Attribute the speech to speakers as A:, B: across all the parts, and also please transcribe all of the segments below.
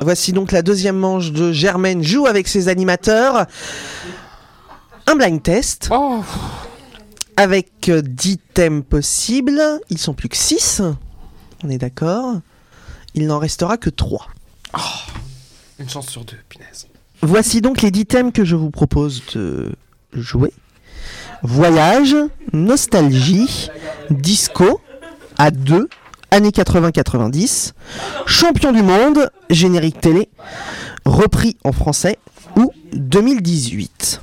A: Voici donc la deuxième manche de Germaine joue avec ses animateurs. Un blind test
B: Oh,
A: avec euh, 10 thèmes possibles. Ils sont plus que 6. On est d'accord. Il n'en restera que 3.
B: une chance sur deux, punaise.
A: Voici donc les 10 thèmes que je vous propose de jouer. Voyage, nostalgie, disco, à 2, années 80-90, champion du monde, générique télé, repris en français ou 2018.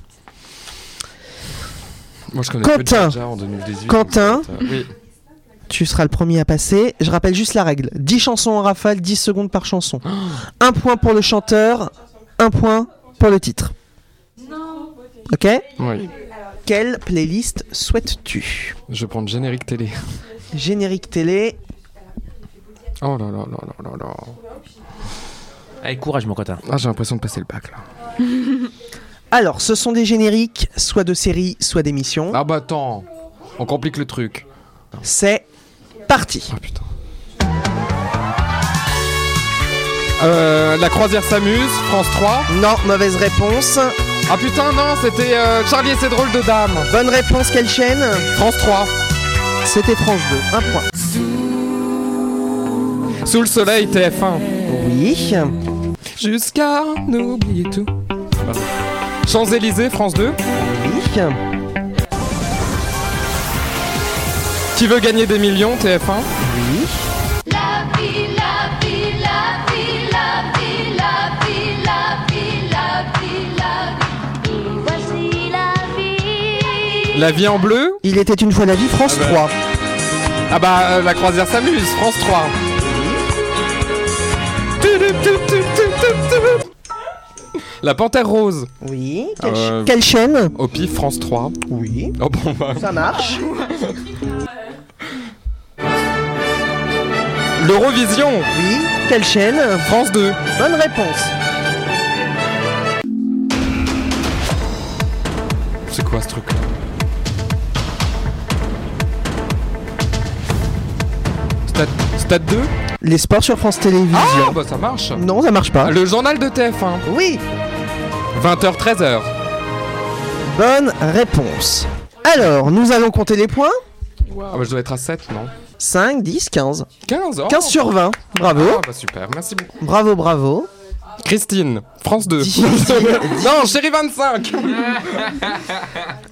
B: Moi, je connais
A: Quentin.
B: peu de Jar Jar en 2018.
A: Quentin.
B: donc, euh, oui.
A: Tu seras le premier à passer. Je rappelle juste la règle. 10 chansons en rafale, 10 secondes par chanson. Un point pour le chanteur, un point pour le titre. Ok
B: Oui.
A: Quelle playlist souhaites-tu
B: Je prends le générique télé.
A: Générique télé,
B: Oh là là là là là là.
C: Allez, courage, mon cotin.
B: Ah, j'ai l'impression de passer le bac là.
A: Alors, ce sont des génériques, soit de séries, soit d'émissions.
B: Ah bah attends, on complique le truc.
A: C'est parti.
B: Ah putain. Euh, la croisière s'amuse, France 3.
A: Non, mauvaise réponse.
B: Ah putain, non, c'était euh, Charlie et ses drôles de dames.
A: Bonne réponse, quelle chaîne
B: France 3.
A: C'était France 2. Un point.
B: Sous le soleil, TF1.
A: Oui.
B: Jusqu'à n'oublier tout. Vas-y. Champs-Élysées, France 2.
A: Oui.
B: Qui veut gagner des millions, TF1.
A: Oui.
D: La vie, la vie, la vie, la vie, la vie, la vie, la vie, la vie. Voici la vie.
B: La vie en bleu.
A: Il était une fois la vie, France
B: Ah bah.
A: 3.
B: Ah bah, euh, la croisière s'amuse, France 3. La panthère rose.
A: Oui. Quelle,
B: Ah ouais.
A: ch- quelle chaîne
B: Au pif, France 3.
A: Oui.
B: Oh bon, bah.
A: Ça marche.
B: L'Eurovision,
A: Oui. Quelle chaîne
B: France 2.
A: Bonne réponse.
B: C'est quoi ce truc Stade, Stade 2
A: Les sports sur France Télévisions.
B: Ah bah ça marche
A: non, ça marche pas.
B: Le journal de TF1,
A: Oui.
B: 20h 13h.
A: Bonne réponse. Alors, nous allons compter les points.
B: Ah bah je dois être à 7, non
A: 5, 10, 15.
B: 15 oh.
A: 15 sur 20.
B: Ah
A: Bravo.
B: bah super, merci beaucoup.
A: Bravo, bravo.
B: Christine, France 2.
A: Dix-
B: non, chérie 25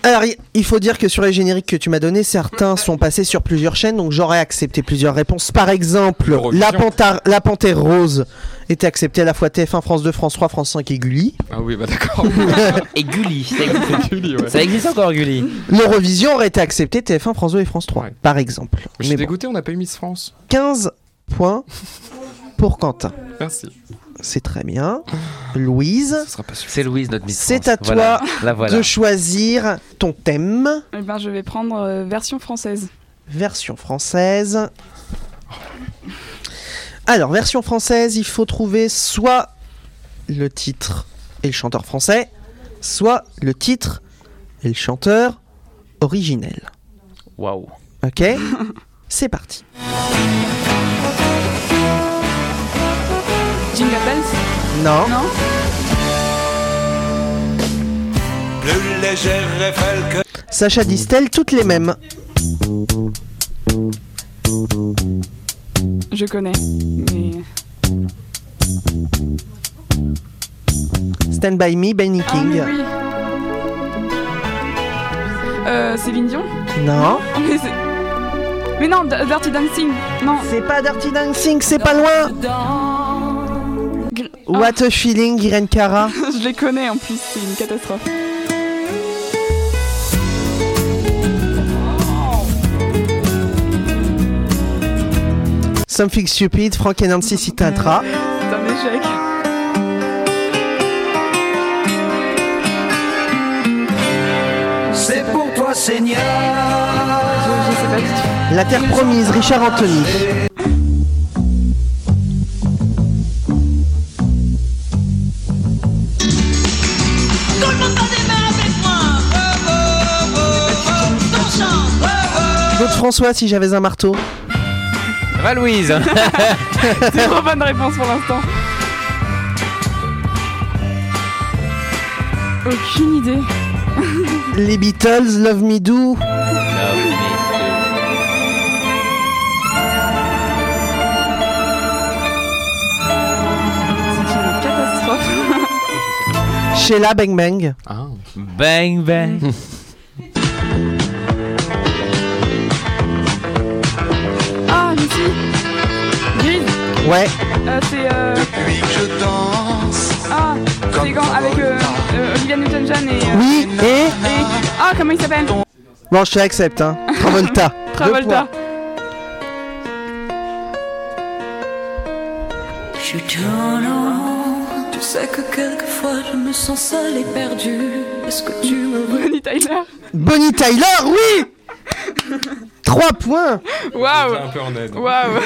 A: Alors, il- il faut dire que sur les génériques que tu m'as donnés, certains sont passés sur plusieurs chaînes, donc j'aurais accepté plusieurs réponses. Par exemple,
B: Eurovision.
A: la, Panthère- la Panthère Rose était acceptée à la fois TF1, France 2, France 3, France 5 et Gulli.
B: Ah oui, bah d'accord.
C: Et Gulli. Ça existe,
B: Julie, ouais.
C: ça existe encore, Gulli.
A: L'Eurovision aurait été acceptée TF1, France 2 et France 3,
B: Ouais.
A: par exemple.
B: Je suis
A: Mais bon,
B: dégoûté, on n'a pas eu Miss France.
A: 15 points pour Quentin.
B: Merci.
A: C'est très bien. Louise,
B: Ce sera pas super.
C: C'est Louise, notre Miss
A: C'est
C: France.
A: à toi
C: Voilà. La voilà.
A: de choisir ton thème,
E: Eh ben, je vais prendre euh, version française.
A: version française. Alors, version française, il faut trouver soit le titre et le chanteur français, soit le titre et le chanteur originel.
C: Waouh.
A: Ok C'est parti.
E: Jingle Bells
A: Non,
E: Non
F: Plus légère Eiffel que
A: Sacha Distel, toutes les mêmes.
E: Je connais. Mais...
A: Stand by me, Benny
E: Ah, mais
A: King.
E: oui. Euh, Céline Dion
A: Non,
E: Oh, mais, c'est- mais non, D- Dirty Dancing Non.
A: c'est pas Dirty Dancing, c'est pas loin.
E: Gr- Ah,
A: What a feeling, Irene Cara.
E: je les connais en plus, c'est une catastrophe.
A: Something Stupid, Frank et Nancy Sinatra.
E: C'est un échec.
F: c'est pour toi, Seigneur.
E: Je, je sais pas du tout.
A: La Terre Promise, Richard Anthony.
D: Tout le monde va des mains avec moi. Oh, oh, oh, oh, on chante.
A: Claude François, si j'avais un marteau.
C: Va, Louise.
E: Zéro bonne réponse pour l'instant. Aucune idée.
A: Les Beatles, Love Me Do.
E: C'est une catastrophe.
A: Sheila Bang Bang.
G: Ah.
C: Bang bang.
E: Ah, je suis. Grise,
A: Ouais.
E: euh, c'est. euh,
F: Depuis que je danse,
E: ah, c'est quand avec euh, euh, Olivia Newton-John et. euh,
A: Oui, et.
E: et- ah, comment il s'appelle
A: Bon, je t'accepte, hein. Travolta. Deux
E: Travolta.
A: points.
H: Je tourne en rond. Tu sais que quelquefois je me sens seule et perdue. Est-ce que tu me vois
E: Bonnie Tyler.
A: Bonnie Tyler, oui 3 points
E: Waouh.
G: un peu en aide.
E: Waouh.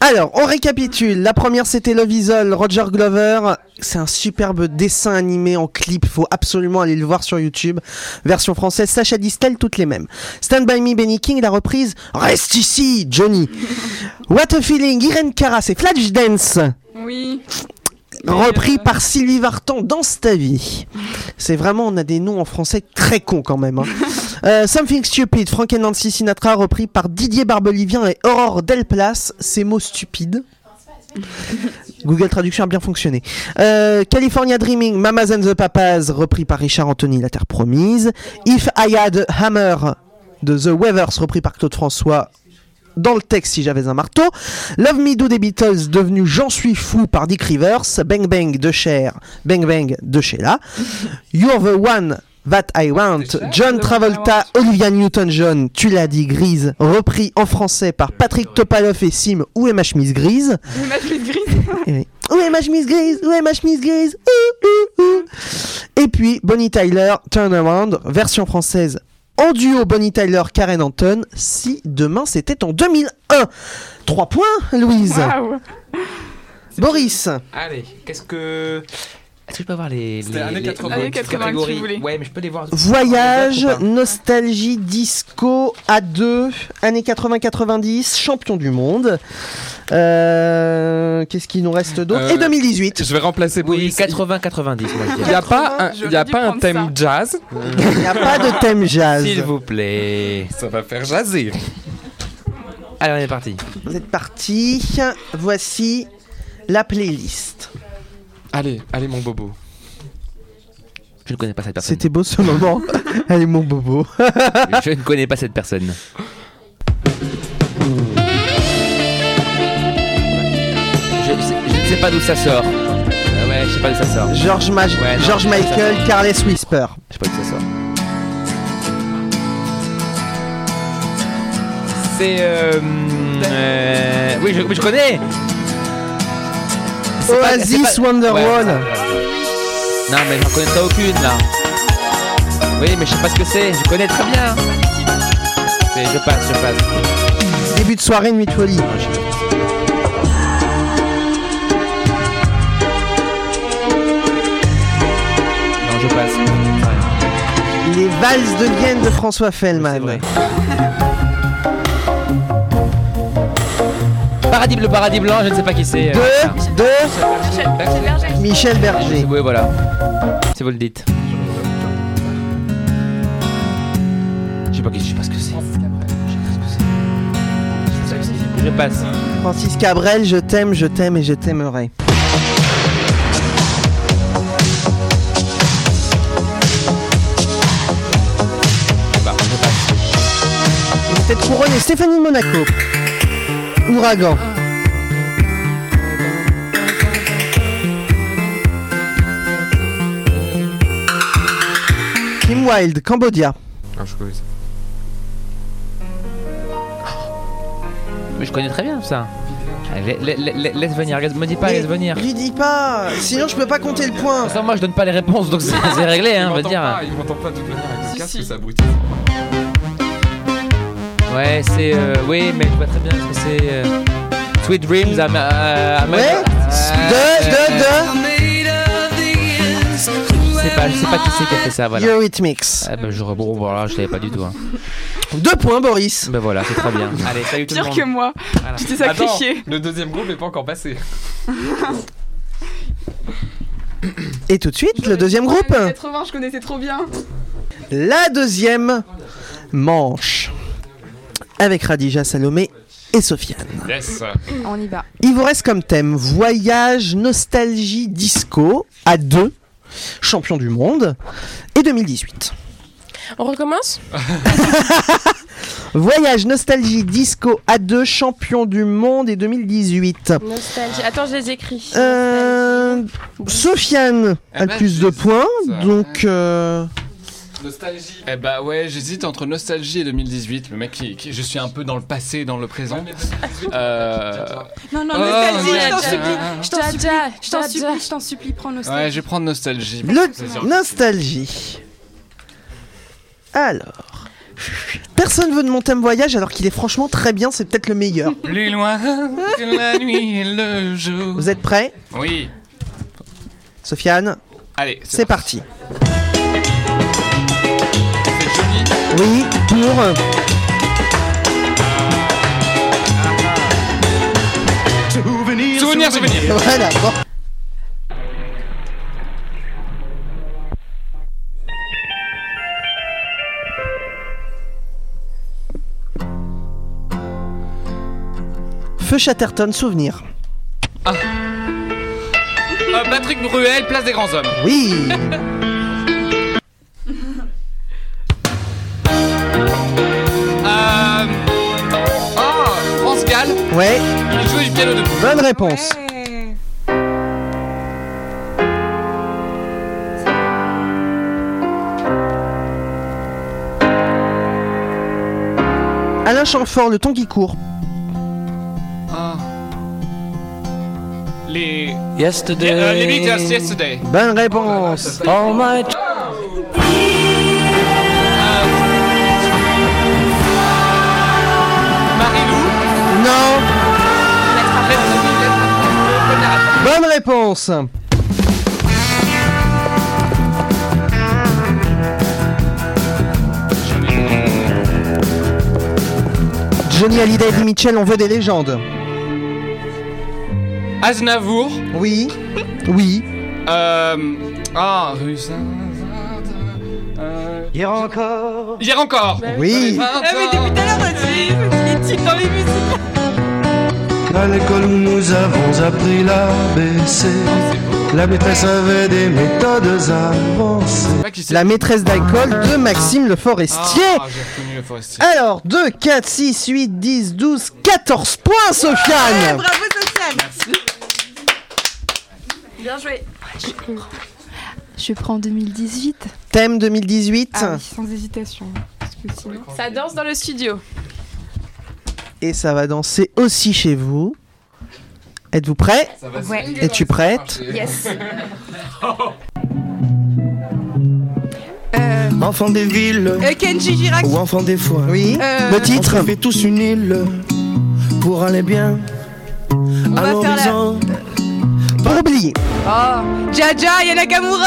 A: Alors, on récapitule. La première, c'était Love Isol, Roger Glover. C'est un superbe dessin animé en clip. Faut absolument aller le voir sur YouTube. Version française, Sacha Distel, toutes les mêmes. Stand By Me, Benny King, la reprise. Reste ici, Johnny. What a Feeling, Irene Cara, c'est Flashdance.
E: Oui.
A: Repris
E: euh,
A: par Sylvie Vartan dans ta vie. C'est vraiment, on a des noms en français très cons quand même. hein. Euh, Something Stupid, Frank et Nancy Sinatra, repris par Didier Barbelivien et Aurore Delplace. Ces mots stupides. Google Traduction a bien fonctionné. Euh, California Dreaming, Mamas and the Papas, repris par Richard Anthony, La Terre Promise. If I Had a Hammer de The Weavers, repris par Claude François, dans le texte si j'avais un marteau. Love Me Do des Beatles, devenu J'en suis fou par Dick Rivers. Bang Bang de Cher, Bang Bang de Sheila. You're the One That I Want, John Travolta, Olivia Newton-John, tu l'as dit, Grise, repris en français par Patrick Topalov et Sim, Où est ma chemise grise
E: Une actrice grise.
A: et Eh oui. Où est ma chemise grise Où est ma chemise grise Ouh, ouh, ouh. Et puis Bonnie Tyler, Turnaround, version française en duo Bonnie Tyler, Karen Anton, si demain c'était en 2001. 3 points, Louise.
E: Waouh.
A: Boris,
C: Allez, qu'est-ce que. Est-ce que je peux avoir les.
G: C'était
C: les-
G: années
C: les-
G: 80.
C: les
E: Années 80, si vous voulez.
C: Ouais, mais je peux les voir.
A: voyage,
C: Ou pas
A: nostalgie, disco, A2, années 80-90, champion du monde. Euh, Qu'est-ce qu'il nous reste d'autre
G: Euh,
A: Et 2018.
G: Je vais remplacer
C: Oui,
G: Boris.
C: 80-90, moi je
G: Il
C: dirais.
G: n'y a pas un,
E: 80,
G: il y a pas un
E: j'aurais dû
G: thème
E: prendre
G: jazz.
A: Il n'y a pas de thème jazz.
C: S'il vous plaît.
G: Ça va faire jaser.
C: Allez, on est parti.
A: Vous êtes parti. Voici la playlist.
G: Allez, allez mon bobo.
C: Je ne connais pas cette personne.
A: C'était beau ce moment. Allez, mon bobo.
C: je ne connais pas cette personne. Je, ne sais- je ne sais pas d'où ça sort. Ah ouais, je sais pas d'où ça sort. Je
A: George, Ma-
C: Ouais, non,
A: George
C: ça, ça,
A: Michael, Carles Whisper.
C: sais pas d'où ça sort. C'est euh, euh, oui, je, mais je connais. C'est pas- c'est
A: Oasis,
C: pas-
A: Wonderwall.
C: Ouais. Non, mais j'en connais pas aucune là. Oui, mais je sais pas ce que c'est. Je connais très bien. Mais je passe, je passe.
A: Début de soirée, nuit de folie.
C: Non, je passe. Ouais.
A: Les valses de Vienne de François
C: C'est
A: Fellman.
C: vrai. Paradis bleu, paradis blanc, je ne sais pas qui c'est. euh, ça.
A: De, de Michel Berger.
C: Oui, voilà. Si vous le dites. Je sais pas qui, je sais pas ce que c'est. Je sais pas ce que c'est. Je passe.
A: Francis Cabrel, je t'aime, je t'aime et je t'aimerai.
C: Bah, je passe.
A: Vous êtes couronné Stéphanie Monaco. Ouragan. Kim Wilde, Cambodia.
G: Ah, je connais ça.
C: Mais je connais très bien ça. Allez, la- la- la- Laisse venir, regarde, me dis pas,
A: Mais
C: laisse venir.
A: Lui dis pas, sinon je peux pas compter le point.
C: Ça, moi je donne pas les réponses donc c'est c'est réglé, hein, on va dire.
G: il m'entend pas de toute manière avec
E: Si,
G: le casque,
E: si.
G: ça abrutit.
C: Ouais, c'est. euh, oui, mais je vois très bien ce que c'est. euh, Sweet Dreams euh, à ma. à ma-
A: Ouais
C: Euh,
A: De, de,
C: Je sais pas, je sais pas qui c'est qui a fait ça,
A: de.
C: voilà.
A: Eurythmics.
C: Ah bah, je bon, voilà, je savais pas du tout. Hein.
A: Deux points, Boris.
G: Ben
C: Bah voilà, c'est très bien. Allez, salut tout le
E: Pire
C: monde.
E: que moi.
C: Voilà.
E: Tu t'es sacrifié.
G: le deuxième groupe est pas encore passé.
A: Et tout de suite, le deuxième groupe.
E: Les 80, je connaissais trop bien.
A: La deuxième manche. Avec Radija Salomé et Sofiane.
G: Yes.
E: On y va.
A: Il vous reste comme thème voyage, nostalgie, disco à deux, champion du monde et 2018.
I: On recommence
A: Voyage, nostalgie, disco à deux, champion du monde et 2018.
I: Nostalgie. Attends, je les écris.
A: Euh, Sofiane a
G: Eh
A: le
G: ben,
A: plus de
G: c'est
A: points,
G: ça.
A: donc euh,
G: Nostalgie. Eh bah ouais, j'hésite entre nostalgie et 2018. Le mec, qui, qui- je suis un peu dans le passé, dans le présent. Euh,
J: Non, non,
G: Oh,
J: nostalgie, je t'en
I: nostalgie.
J: supplie. Je t'en
I: Dja,
J: supplie.
I: dja,
J: Je t'en
I: dja, dja.
J: supplie, je t'en supplie, prends
G: ouais,
J: nostalgie.
G: je vais prendre nostalgie.
A: le nostalgie. Alors, personne veut de mon thème voyage alors qu'il est franchement très bien, c'est peut-être le meilleur.
G: Plus loin que la nuit et le jour.
A: Vous êtes prêts
G: Oui.
A: Sofiane,
G: Allez,
A: c'est parti.
G: parti. C'est joli.
A: Oui, pour. euh,
G: Souvenir, souvenir.
A: Voilà, bon. Feu Chatterton, souvenir.
G: Euh, Patrick Bruel, place des grands hommes.
A: Oui
G: Euh... Oh, France Gall,
A: Ouais,
G: il joue du piano debout.
A: bonne réponse.
E: Eh
A: Alain Chamfort, le ton qui court.
G: Ah. Les...
K: Yesterday.
G: Euh, les Beatles, yesterday.
A: Bonne réponse.
K: All my t-
G: Marie-Lou.
A: Non Bonne réponse Johnny Hallyday, Eddie Mitchell, on veut des légendes.
G: Aznavour.
A: Oui, oui.
G: Euh... Ah, rue Saint-Valentin. Euh,
K: Hier encore.
G: Hier encore.
A: bah Oui.
G: Dans les
J: Ah,
G: 20
J: mais
G: ans.
J: depuis tout à l'heure, on a dit les titres dans les musiques.
K: À l'école où nous avons appris l'ABC, la maîtresse avait des méthodes avancées.
G: Pas qui c'est.
A: La maîtresse d'alcool de Maxime le Forestier.
G: Ah, j'ai reconnu le forestier.
A: Alors, 2, 4, 6, 8, 10, 12, 14 points, Sofiane
J: Bravo, Sofiane.
I: Bien joué.
E: Je prends 2018.
A: Thème 2018.
E: Ah oui, sans hésitation. Parce que sinon...
I: Ça danse dans le studio.
A: Et ça va danser aussi chez vous. Êtes-vous prêts
G: Ça va,
E: Ouais.
G: c'est-
A: Es-tu prête
I: Yes.
J: Euh,
K: Enfants des villes
J: euh, Kenji Girac.
K: ou enfants des foins.
A: Oui.
J: Euh,
A: Le
K: On
A: titre
K: se fait tous une île pour aller bien.
J: On
K: à
J: va faire la-
K: l'horizon.
A: pour oublier.
J: Oh, Jaja Yanakamura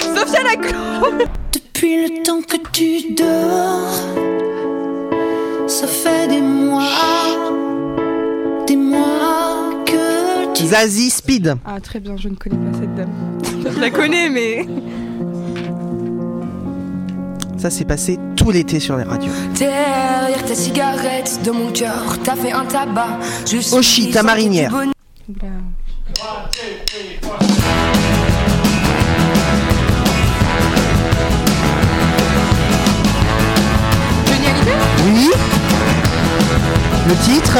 J: Sofiane a
H: Depuis le temps que tu dors, ça fait des mois, des mois que tu
A: Zazie Speed.
E: Ah très bien, je ne connais pas cette dame.
J: Je la connais, mais.
A: Ça s'est passé tout l'été sur les radios.
H: Derrière ta cigarette de mon cœur, t'as fait un tabac. Je suis
A: Oshi, Oh, ta marinière.
E: Oula.
A: Oui. Le titre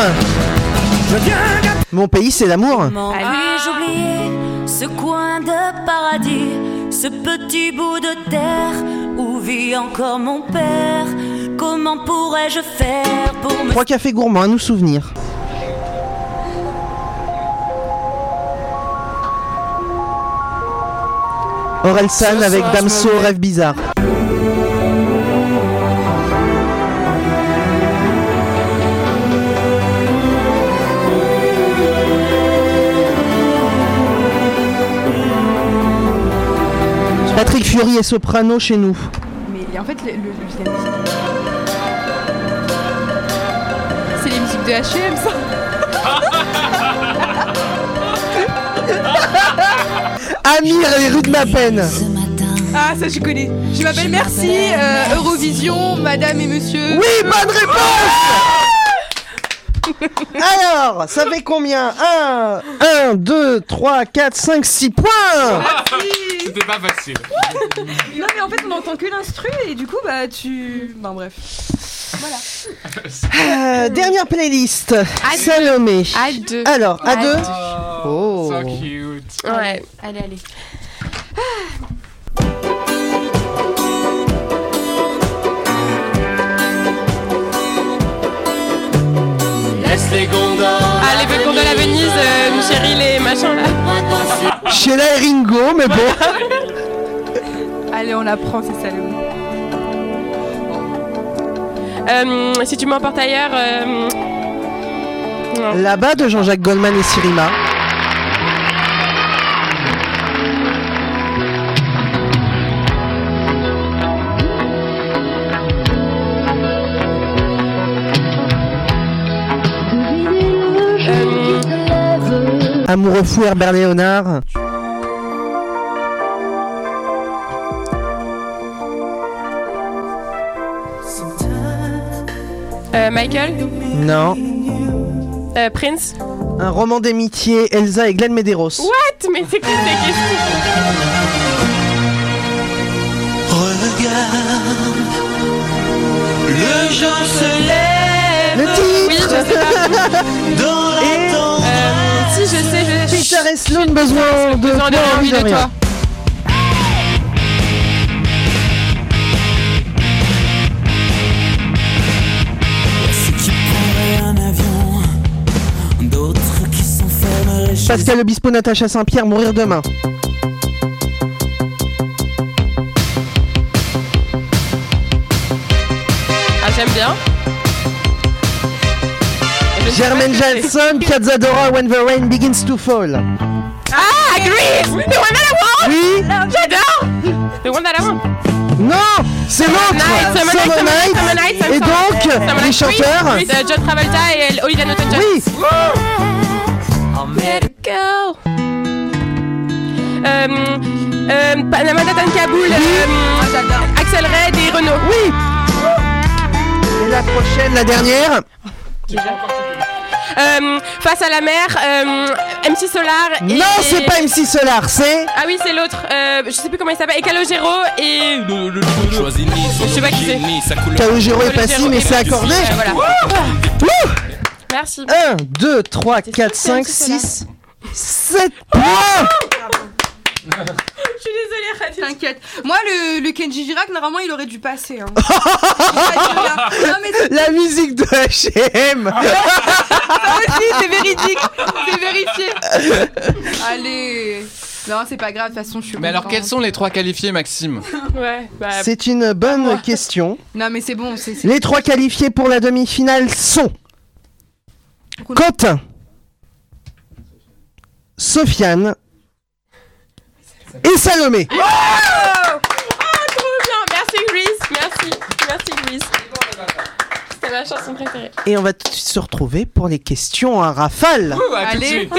A: Mon pays, c'est l'amour.
H: Ah, j'ai oublié ce coin de paradis, ce petit bout de terre où vit encore mon père. Comment pourrais-je faire pour me
A: Trois cafés gourmands à nous souvenir. Orelsan avec Damso, rêve bizarre. Patrick Fury et Soprano chez nous.
E: Mais en fait, le, le- le- la musique. C'est les musiques de HM, ça
A: Amir et les rues de ma peine.
L: Ah, ça, je connais. Je m'appelle Merci, euh, Eurovision, madame et monsieur.
A: Oui, bonne réponse Ah Alors, ça fait combien 1, 1, 2, 3, 4, 5, 6 points
C: C'était pas facile.
M: Non mais en fait on n'entend que l'instru et du coup bah tu... Ben bref. Voilà.
A: Euh, Dernière playlist, Salomé.
E: deux.
A: Alors, à
E: À
A: deux.
E: deux.
A: Oh.
E: cute. Ouais, allez, allez.
I: Laisse les gondoles.
E: Ah, les deux gondoles à Venise, euh, nous chéris, les machins là.
A: Sheila et Ringo, mais bon.
E: Allez, on la prend, c'est Salomé. si tu m'emportes ailleurs. euh,
A: Là-bas de Jean-Jacques Goldman et Sirima.
I: Euh,
A: Amoureux fou Herbert Léonard.
E: euh, Michael
A: Non.
E: Euh, Prince
A: Un roman d'amitié, Elsa et Glenn Medeiros.
E: What Mais c'est quoi tes questions
I: Le jour se lève.
A: Le titre
I: Oui, je sais pas. Dans la
E: Si, je sais, je sais.
A: Peter et Sloan, besoin de
E: besoin de
A: toi,
E: rien,
A: envie
E: de
A: rien.
E: toi.
I: Ceux qui prendraient un avion, d'autres qui s'enfermeraient chez
A: Pascal Obispo, Natacha Saint-Pierre, mourir demain.
E: Ah, j'aime bien.
A: Germaine Jalson, Piazza Dora, When the Rain Begins to Fall.
E: Ah, Grease The one that I want
A: Oui
E: J'adore The one that I want
A: Non C'est l'autre
E: Summer Night, Summer Night, Summer Night, Summer
A: Et
E: Night,
A: donc,
E: Summer Night,
A: les
E: Grease,
A: chanteurs
E: Grease, euh, John Travolta et Olivia Newton-John.
A: Oui
E: Let it go euh, euh, Panama Datan Kaboul euh, Axel Red et Renault
A: Ah, Oui Et la prochaine, la dernière
E: Euh, face à la mer, euh, MC Solar. Et...
A: Non, c'est pas MC Solar, c'est...
E: Ah oui, c'est l'autre. Euh, je sais plus comment il s'appelle. Et Calogero et. Je sais pas qui c'est.
A: Calogero est passé, mais c'est accordé
E: Ouais, voilà.
A: Wouh
E: Merci.
I: Ah.
A: 1, 2, 3, 4, 5, 6, 7
E: Oh
A: points
M: Je suis désolée Radine. T'inquiète. Moi le, le Kenji Girac normalement il aurait dû passer. hein. Non, mais c'est-
A: La musique de H&M
M: Ah, si, c'est véridique. C'est vérifié. Allez. Non c'est pas grave de toute façon je suis.
C: Mais alors,
M: contente.
C: quels sont les trois qualifiés, Maxime
E: Ouais, bah.
A: C'est une bonne question.
M: Non mais c'est bon. c'est- c'est-
A: Les trois qualifiés pour la demi-finale sont Quentin, Sofiane et Salomé.
E: Oh, trop bien. Merci, Chris. Merci. Merci, Chris. C'était ma chanson préférée.
A: Et on va tout de suite se retrouver pour les questions en rafale.
C: Ouh, à tout de suite.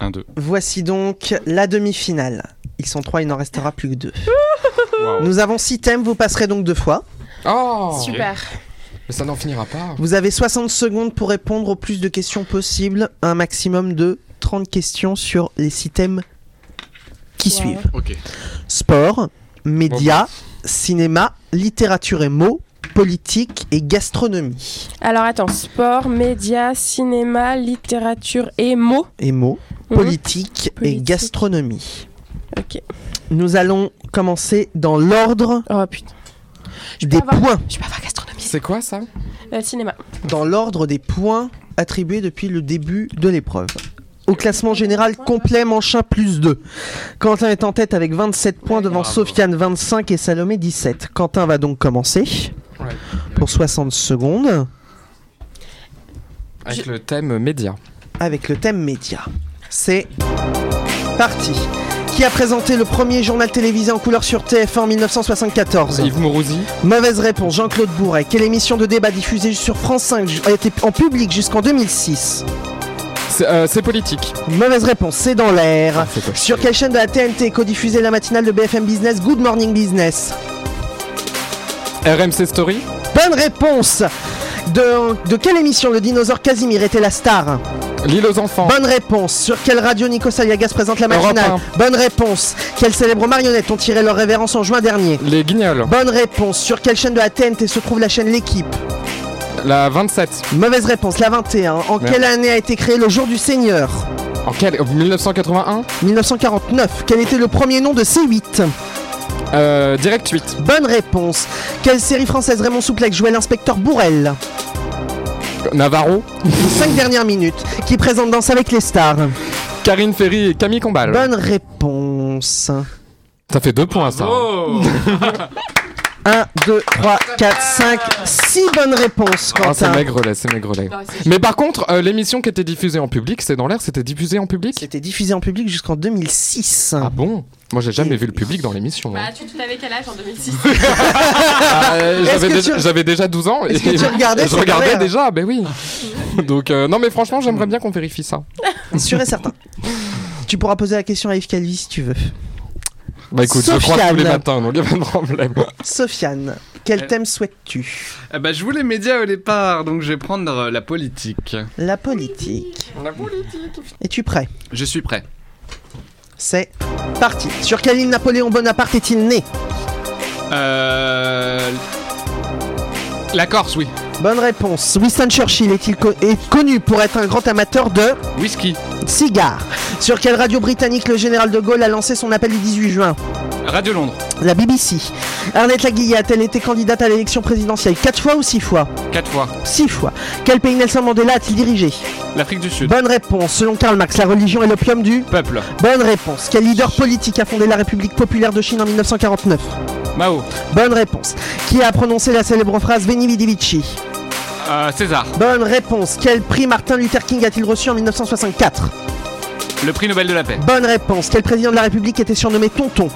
C: Un, deux.
A: Voici donc la demi-finale. Ils sont trois, il n'en restera plus que deux.
B: Wow.
A: Nous avons six thèmes, vous passerez donc deux fois.
B: Oh
E: Super.
B: Mais ça n'en finira pas.
A: Vous avez 60 secondes pour répondre au plus de questions possibles, un maximum de 30 questions sur les six thèmes qui suivent.
C: Ok.
A: Sport, médias, cinéma, littérature et mots, politique et gastronomie.
E: Alors attends, sport, médias, cinéma, littérature et mots.
A: Et mots,
E: Mhm.
A: politique, et
E: Politique.
A: gastronomie.
E: Ok.
A: Nous allons commencer dans l'ordre
E: Oh putain.
A: des
E: avoir-
A: points.
E: Je peux avoir gastronomie.
B: C'est quoi ça
E: Euh, cinéma.
A: Dans l'ordre des points attribués depuis le début de l'épreuve. Au classement général complet, Manchin plus 2. Quentin est en tête avec 27 points devant Sofiane 25 et Salomé 17. Quentin va donc commencer
B: Ouais.
A: pour 60 secondes
B: Avec le thème média.
A: avec le thème média. C'est parti. Qui a présenté le premier journal télévisé en couleur sur TF1 en 1974
B: Yves Mourouzi.
A: Mauvaise réponse, Jean-Claude Bourret. Quelle émission de débat diffusée sur France 5 ju- a été en public jusqu'en 2006
B: C'est euh, c'est politique.
A: Mauvaise réponse, c'est dans
E: Ah,
A: l'air. Sur quelle chaîne de la TNT est codiffusée la matinale de BFM Business Good Morning Business
B: RMC Story.
A: Bonne réponse de, de quelle émission le dinosaure Casimir était la star
B: L'île aux enfants.
A: Bonne réponse. Sur quelle radio Nico Saliagas présente la
B: Europe
A: matinale
B: 1.
A: Bonne réponse. Quelles célèbres marionnettes ont tiré leur révérence en juin dernier
B: Les Guignols.
A: Bonne réponse. Sur quelle chaîne de la TNT se trouve la chaîne L'équipe
B: La 27.
A: Mauvaise réponse, la 21. En
B: Merde.
A: quelle année a été créé le jour du Seigneur
B: En quel 1981
A: 1949. Quel était le premier nom de C8
B: euh, Direct 8.
A: Bonne réponse. Quelle série française Raymond Souplex jouait l'inspecteur Bourrel
B: Navarro.
A: 5 dernières minutes. Qui présente Danse avec les stars
B: Karine Ferry et Camille Combal.
A: Bonne réponse.
B: Ça fait deux points ça.
A: 1, 2, 3, 4, 5, 6 bonnes réponses,
B: Ah, c'est
A: Quentin.
B: maigrelet, c'est maigrelet. Mais par contre, euh, l'émission qui était diffusée en public, c'est dans l'air, c'était diffusé en public
A: C'était diffusé en public jusqu'en 2006.
B: Ah bon Moi j'ai jamais vu le public dans l'émission. hein.
I: Bah, tu tu avais quel âge en 2006
B: Ah, euh,
I: Est-ce
B: J'avais
I: que
B: déjà,
I: tu-
B: j'avais déjà 12 ans.
I: Est-ce que tu regardais
B: Je
I: cette
B: regardais
I: galère
B: déjà, ben oui. Donc, euh, non mais franchement, j'aimerais bien qu'on vérifie ça.
A: Sûr et certain. tu pourras poser la question à Yves Calvi si tu veux.
B: Bah écoute, je crois tous les
A: Sofiane.
B: matins, donc il n'y a pas de problème.
A: Sofiane, quel thème souhaites-tu
G: Eh ben, je voulais médias au départ, donc je vais prendre euh, la politique.
A: La politique.
B: La politique.
A: Es-tu prêt
G: Je suis prêt.
A: C'est parti. Sur quelle île Napoléon Bonaparte est-il né
G: Euh... La Corse, oui.
A: Bonne réponse. Winston Churchill est-il co- est connu pour être un grand amateur de
G: Whisky.
A: cigares Sur quelle radio britannique le général de Gaulle a lancé son appel le 18 juin
G: Radio Londres,
A: La BBC. Arlette Laguillet a-t-elle été candidate à l'élection présidentielle 4 fois ou 6 fois
G: 4 fois.
A: 6 fois. Quel pays Nelson Mandela a-t-il dirigé
G: L'Afrique du Sud.
A: Bonne réponse. Selon Karl Marx, la religion est l'opium du
G: Peuple.
A: Bonne réponse. Quel leader politique a fondé la République populaire de Chine en 1949
G: Mao.
A: Bonne réponse. Qui a prononcé la célèbre phrase Veni Vidi Vici
G: Euh, César.
A: Bonne réponse. Quel prix Martin Luther King a-t-il reçu en 1964
G: Le prix Nobel de la paix.
A: Bonne réponse. Quel président de la République était surnommé Tonton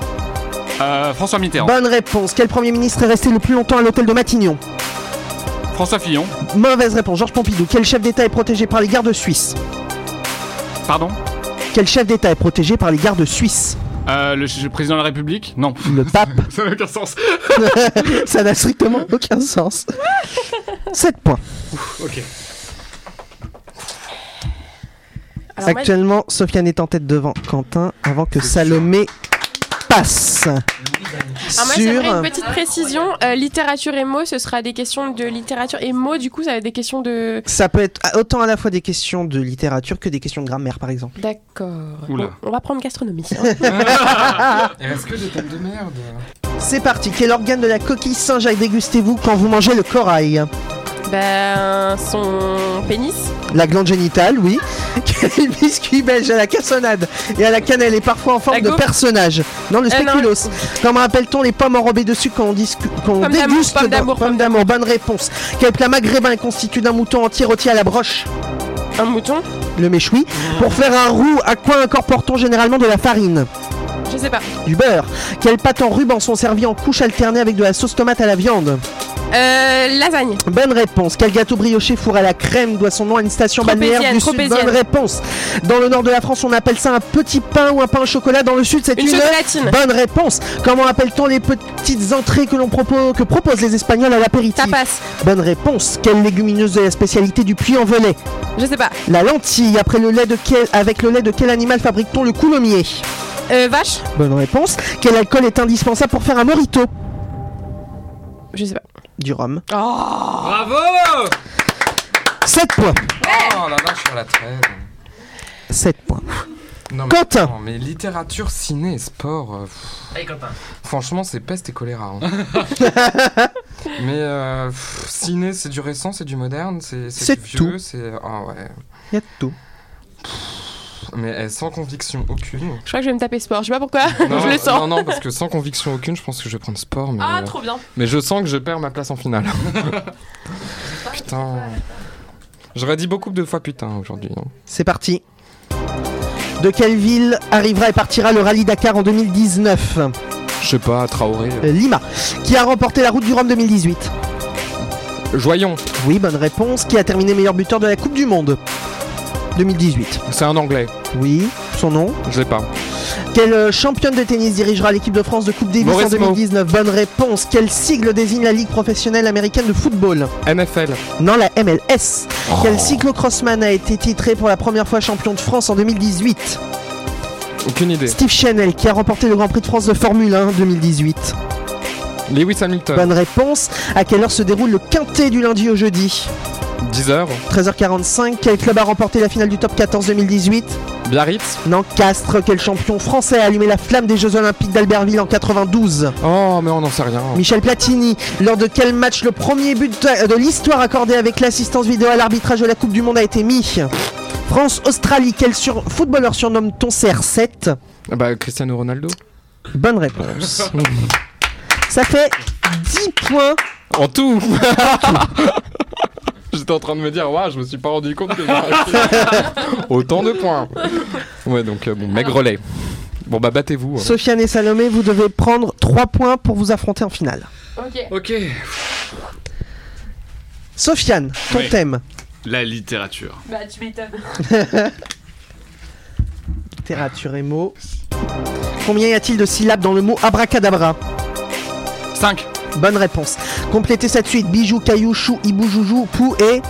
G: Euh, François Mitterrand.
A: Bonne réponse. Quel premier ministre est resté le plus longtemps à l'hôtel de Matignon Bah.
G: François Fillon.
A: Mauvaise réponse. Georges Pompidou. Quel chef d'État est protégé par les gardes suisses
G: Pardon
A: Quel chef d'État est protégé par les gardes suisses
G: Euh, le ch- président de la République Non.
A: Le pape.
G: Ça n'a aucun sens.
A: Ça n'a strictement aucun sens. 7 points.
G: ok.
I: Alors, moi,
A: Actuellement, Sofiane est en tête devant Quentin avant que Salomé passe.
I: Alors Ah, moi,
A: sur...
I: j'aimerais une petite précision. Euh, littérature et mots, ce sera des questions de littérature et mots. Du coup, ça va être des questions de.
A: Ça peut être autant à la fois des questions de littérature que des questions de grammaire, par exemple.
I: D'accord.
A: Oula.
I: Bon, on va prendre gastronomie. hein.
B: Est-ce que j'ai thème de merde
A: C'est parti. Quel organe de la coquille Saint-Jacques dégustez-vous quand vous mangez le corail
I: ben, son pénis.
A: La glande génitale, oui. Quel biscuit belge à la cassonade et à la cannelle et parfois en forme de
I: gaufre.
A: personnage Non, le
I: Euh,
A: spéculoos. Comment appelle-t-on les pommes enrobées dessus quand on, discu- quand on
I: Pomme d'amour,
A: déguste
I: pomme
A: dans-
I: d'amour,
A: pomme d'amour, bonne réponse. Quel plat maghrébin est constitué d'un mouton entier rôti à la broche
I: Un mouton
A: Le méchoui. Pour faire un roux, à quoi incorpore-t-on généralement de la farine
I: Je sais pas.
A: Du beurre. Quelles pâtes en ruban sont servies en couches alternées avec de la sauce tomate à la viande
I: Euh, lasagne.
A: Bonne réponse. Quel gâteau brioché fourré à la crème doit son nom à une station
I: Tropézienne,
A: balnéaire du sud
I: tropézienne.
A: Bonne réponse. Dans le nord de la France, on appelle ça un petit pain ou un pain au chocolat. Dans le sud, c'est
I: Une
A: une,
I: chocolatine.
A: Bonne réponse. Comment appelle-t-on les petites entrées que l'on propose que proposent les Espagnols à l'apéritif Bonne réponse. Quelle légumineuse est la spécialité du Puy-en-Velay
I: Je sais pas.
A: La lentille. Après le lait de quel- avec le lait de quel animal fabrique-t-on le coulommier
I: Euh, vache.
A: Bonne réponse. Quel alcool est indispensable pour faire un morito
I: Je sais pas. Oh.
A: Du rhum.
G: Bravo
A: 7 points.
B: Oh là là, je suis à la 13.
A: 7 points.
B: Non, mais,
A: Quentin.
B: non, mais littérature, ciné et sport. euh, pff, franchement, c'est peste et choléra. hein. mais euh, pff, ciné, c'est du récent, c'est du moderne, c'est c'est
A: C'est
B: du
A: tout.
B: vieux, c'est. Ah ouais.
A: Il y a de tout.
B: Mais euh, sans conviction aucune.
I: Je crois que je vais me taper sport. Je sais pas pourquoi.
B: Non,
I: je le sens.
B: Non, non, parce que sans conviction aucune, je pense que je vais prendre sport. Mais,
I: Ah,
B: euh,
I: trop bien.
B: Mais je sens que je perds ma place en finale. putain. J'aurais dit beaucoup de fois putain aujourd'hui. hein.
A: C'est parti. De quelle ville arrivera et partira le rallye Dakar en 2019
B: Je sais pas, Traoré.
A: Euh, Lima. Qui a remporté la route du Rhum 2018
B: Joyon.
A: Oui, bonne réponse. Qui a terminé meilleur buteur de la Coupe du Monde 2018
B: C'est un anglais.
A: Oui, son nom
B: Je l'ai pas.
A: Quelle euh, championne de tennis dirigera l'équipe de France de Coupe Davis en
B: Mauresmo.
A: 2019 Bonne réponse. Quel sigle désigne la Ligue professionnelle américaine de football
B: NFL.
A: Non, la MLS. Quel cyclocrossman a été titré pour la première fois champion de France en 2018
B: Aucune idée.
A: Steve Chanel, qui a remporté le Grand Prix de France de Formule 1 2018
B: Lewis Hamilton.
A: Bonne réponse. À quelle heure se déroule le quintet du lundi au jeudi
B: 10h.
A: 13h45. Quel club a remporté la finale du top 14 2018
B: Biarritz.
A: Non, Castres. Quel champion français a allumé la flamme des Jeux Olympiques d'Albertville en 92
B: Oh, mais on n'en sait rien.
A: Michel Platini, lors de quel match le premier but de l'histoire accordé avec l'assistance vidéo à l'arbitrage de la Coupe du Monde a été mis France-Australie, quel sur- footballeur surnomme-t-on CR7
B: Ah Bah, Cristiano Ronaldo.
A: Bonne réponse. Ça fait 10 points.
B: En tout J'étais en train de me dire, waouh, je me suis pas rendu compte que j'aurais fait autant de points. Ouais, donc, euh, bon, maigre relais. Bon, bah, battez-vous. hein.
A: Sofiane et Salomé, vous devez prendre 3 points pour vous affronter en finale.
I: Ok.
G: Ok.
A: Sofiane, ton
G: Oui.
A: thème
G: La littérature.
I: Bah, tu m'étonnes.
A: Littérature et mots. Combien y a-t-il de syllabes dans le mot abracadabra
G: 5.
A: Bonne réponse. Complétez cette suite. Bijou, caillou, chou, hibou, joujou, pou et...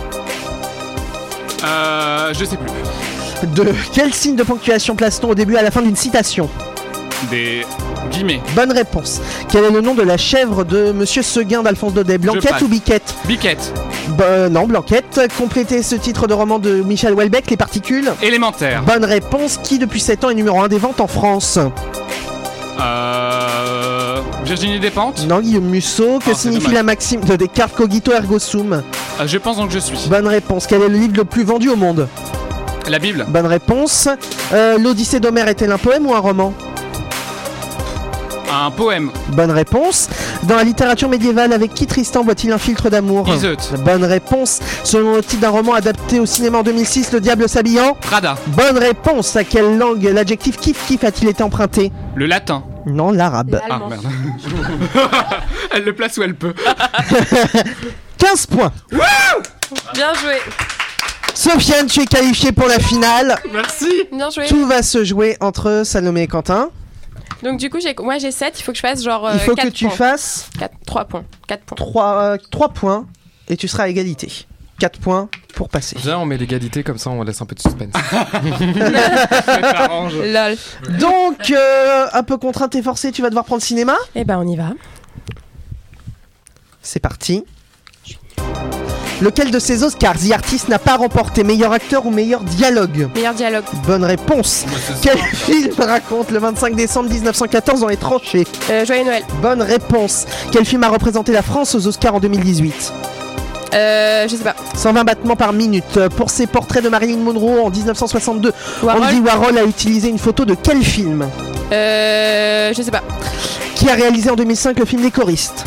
G: Euh, je sais plus.
A: De quel signe de ponctuation place-t-on au début et à la fin d'une citation
G: Des guillemets.
A: Bonne réponse. Quel est le nom de la chèvre de Monsieur Seguin d'Alphonse Daudet Blanquette
G: passe.
A: ou Biquette
G: Biquette.
A: Bon, Non, Blanquette. Complétez ce titre de roman de Michel Houellebecq, Les Particules.
G: Élémentaire.
A: Bonne réponse. Qui depuis 7 ans est numéro 1 des ventes en France
G: Euh, Virginie Despentes.
A: Non, Guillaume Musso.
G: Ah,
A: Que
G: c'est
A: signifie
G: dommage.
A: la maxime de Descartes Cogito Ergo Sum
G: Euh, je pense donc que je suis.
A: Bonne réponse. Quel est le livre le plus vendu au monde
G: La Bible.
A: Bonne réponse. Euh, L'Odyssée d'Homère est-elle un poème ou un roman
G: Un poème.
A: Bonne réponse. Dans la littérature médiévale, avec qui Tristan voit-il un filtre d'amour
G: Iseut.
A: Bonne réponse. Selon le titre d'un roman adapté au cinéma en 2006, Le Diable s'habillant
G: Prada.
A: Bonne réponse. À quelle langue l'adjectif kiff kiff a-t-il été emprunté
G: Le latin.
A: Non, l'arabe.
G: Ah merde. elle le place où elle peut.
A: 15 points.
I: Bien joué.
A: Sofiane, tu es qualifiée pour la finale.
G: Merci.
I: Bien joué.
A: Tout va se jouer entre Salomé et Quentin.
I: Donc du coup, j'ai moi j'ai 7, il faut que je fasse genre euh,
A: Il faut que tu fasses
I: 3 points, 4 points.
A: 3, points et tu seras à égalité. 4 points pour passer.
B: Viens, on met l'égalité, comme ça, on laisse un peu de suspense.
I: Lol.
A: Donc, euh, un peu contrainte et forcée, tu vas devoir prendre cinéma
I: Eh ben on y va.
A: C'est parti. Lequel de ces Oscars The Artist n'a pas remporté meilleur acteur ou meilleur dialogue
I: Meilleur dialogue.
A: Bonne réponse. Quel film raconte le 25 décembre 1914 dans les tranchées
I: Euh, Joyeux Noël.
A: Bonne réponse. Quel film a représenté la France aux Oscars en 2018
I: Euh, je sais pas.
A: 120 battements par minute. Pour ses portraits de Marilyn Monroe en 1962,
I: Warhol.
A: Andy Warhol a utilisé une photo de quel film
I: Euh, je sais pas.
A: Qui a réalisé en 2005 le film Les choristes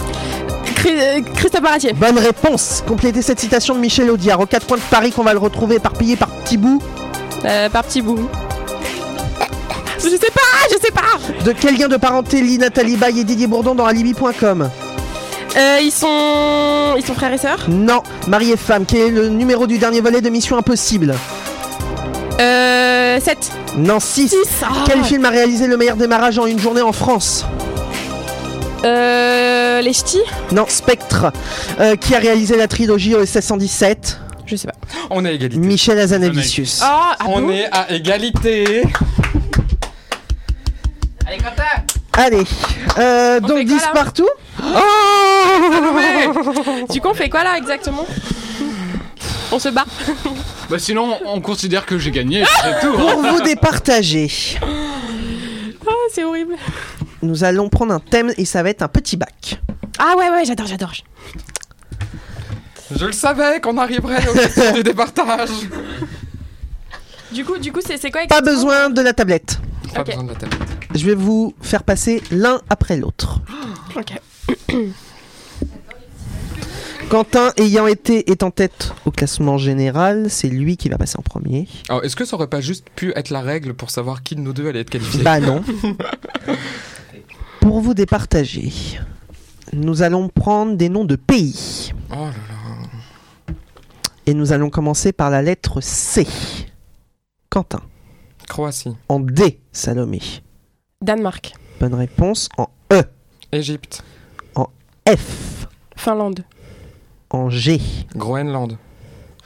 I: Chris- euh, Christophe Baratier.
A: Bonne réponse. Complétez cette citation de Michel Audiard. Aux 4 points de Paris qu'on va le retrouver éparpillé par petits bouts.
I: Euh, par petit bout. Je sais pas, je sais pas.
A: De quel lien de parenté lient Nathalie Baye et Didier Bourdon dans alibi.com
I: Euh, ils sont ils sont frères et sœurs.
A: Non, mari et femme, quel est le numéro du dernier volet de Mission Impossible
I: Euh, Ah, 7.
A: Non, 6. Quel film a réalisé le meilleur démarrage en une journée en France
I: Euh, les ch'tis
A: Non, Spectre. Euh, qui a réalisé la trilogie OSS 117
I: Je sais pas.
B: on est à égalité.
A: Michel Hazanavicius.
I: Ah, ah
B: On
I: bon
B: est à égalité.
C: Allez, Quentin
A: Allez, euh, donc 10
I: quoi, là
A: partout
I: Du coup, on fait quoi là exactement On se bat.
G: Bah sinon, on considère que j'ai gagné. C'est tout.
A: Pour
B: hein.
A: vous départager,
I: Ah, c'est horrible.
A: nous allons prendre un thème et ça va être un petit bac.
I: Ah ouais ouais, j'adore, j'adore.
B: Je le savais qu'on arriverait au question du départage.
I: Du coup, du coup, c'est c'est quoi
A: Pas
I: exactement
A: besoin de la tablette.
B: Pas
I: Ok.
B: besoin de la tablette.
A: Je vais vous faire passer l'un après l'autre.
I: Ok.
A: Quentin ayant été est en tête au classement général, c'est lui qui va passer en premier.
B: Alors, est-ce que ça aurait pas juste pu être la règle pour savoir qui de nous deux allait être qualifié
A: Bah non. Pour vous départager, nous allons prendre des noms de pays.
B: Oh là
A: Et nous allons commencer par la lettre C. Quentin.
B: Croatie.
A: En D, Salomé.
I: Danemark.
A: Bonne réponse. En E.
B: Égypte.
A: En F.
I: Finlande.
A: En G.
B: Groenland.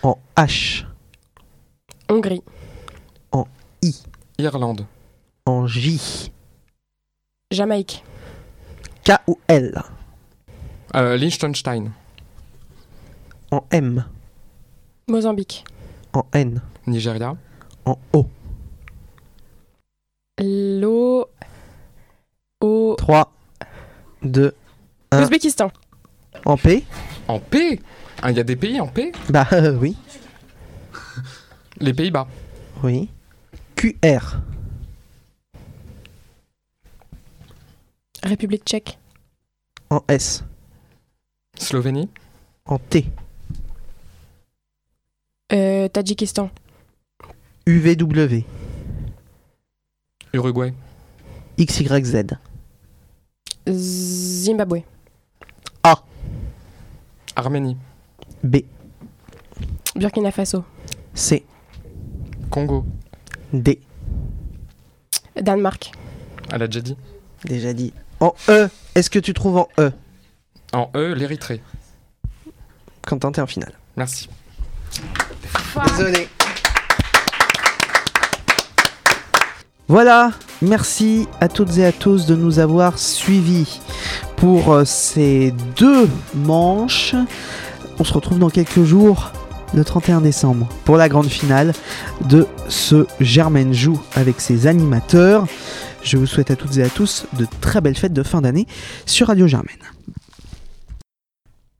A: En H.
I: Hongrie.
A: En I.
B: Irlande.
A: En J.
I: Jamaïque.
A: K ou L.
B: Euh, Liechtenstein.
A: En M.
I: Mozambique.
A: En N.
B: Nigeria.
A: En O.
I: L'eau. Au.
A: 3, 2, 1.
I: Ouzbékistan.
A: En P.
B: En P hein, Il y a des pays en P
A: Bah euh, oui.
B: Les Pays-Bas.
A: Oui. QR.
I: République tchèque.
A: En S.
B: Slovénie.
A: En T.
I: Euh, Tadjikistan.
A: UVW.
B: Uruguay.
A: XYZ.
I: Zimbabwe.
B: Arménie.
A: B.
I: Burkina Faso.
A: C.
B: Congo.
A: D.
I: Danemark.
B: Elle a déjà dit.
A: Déjà dit. En E. Est-ce que tu trouves en E
B: En E, l'Érythrée.
A: Quentin, t'es en finale.
B: Merci.
A: Désolé. Voilà, merci à toutes et à tous de nous avoir suivis pour euh, ces deux manches. On se retrouve dans quelques jours, le 31 décembre, pour la grande finale de ce Germaine Joue avec ses animateurs. Je vous souhaite à toutes et à tous de très belles fêtes de fin d'année sur Radio Germaine.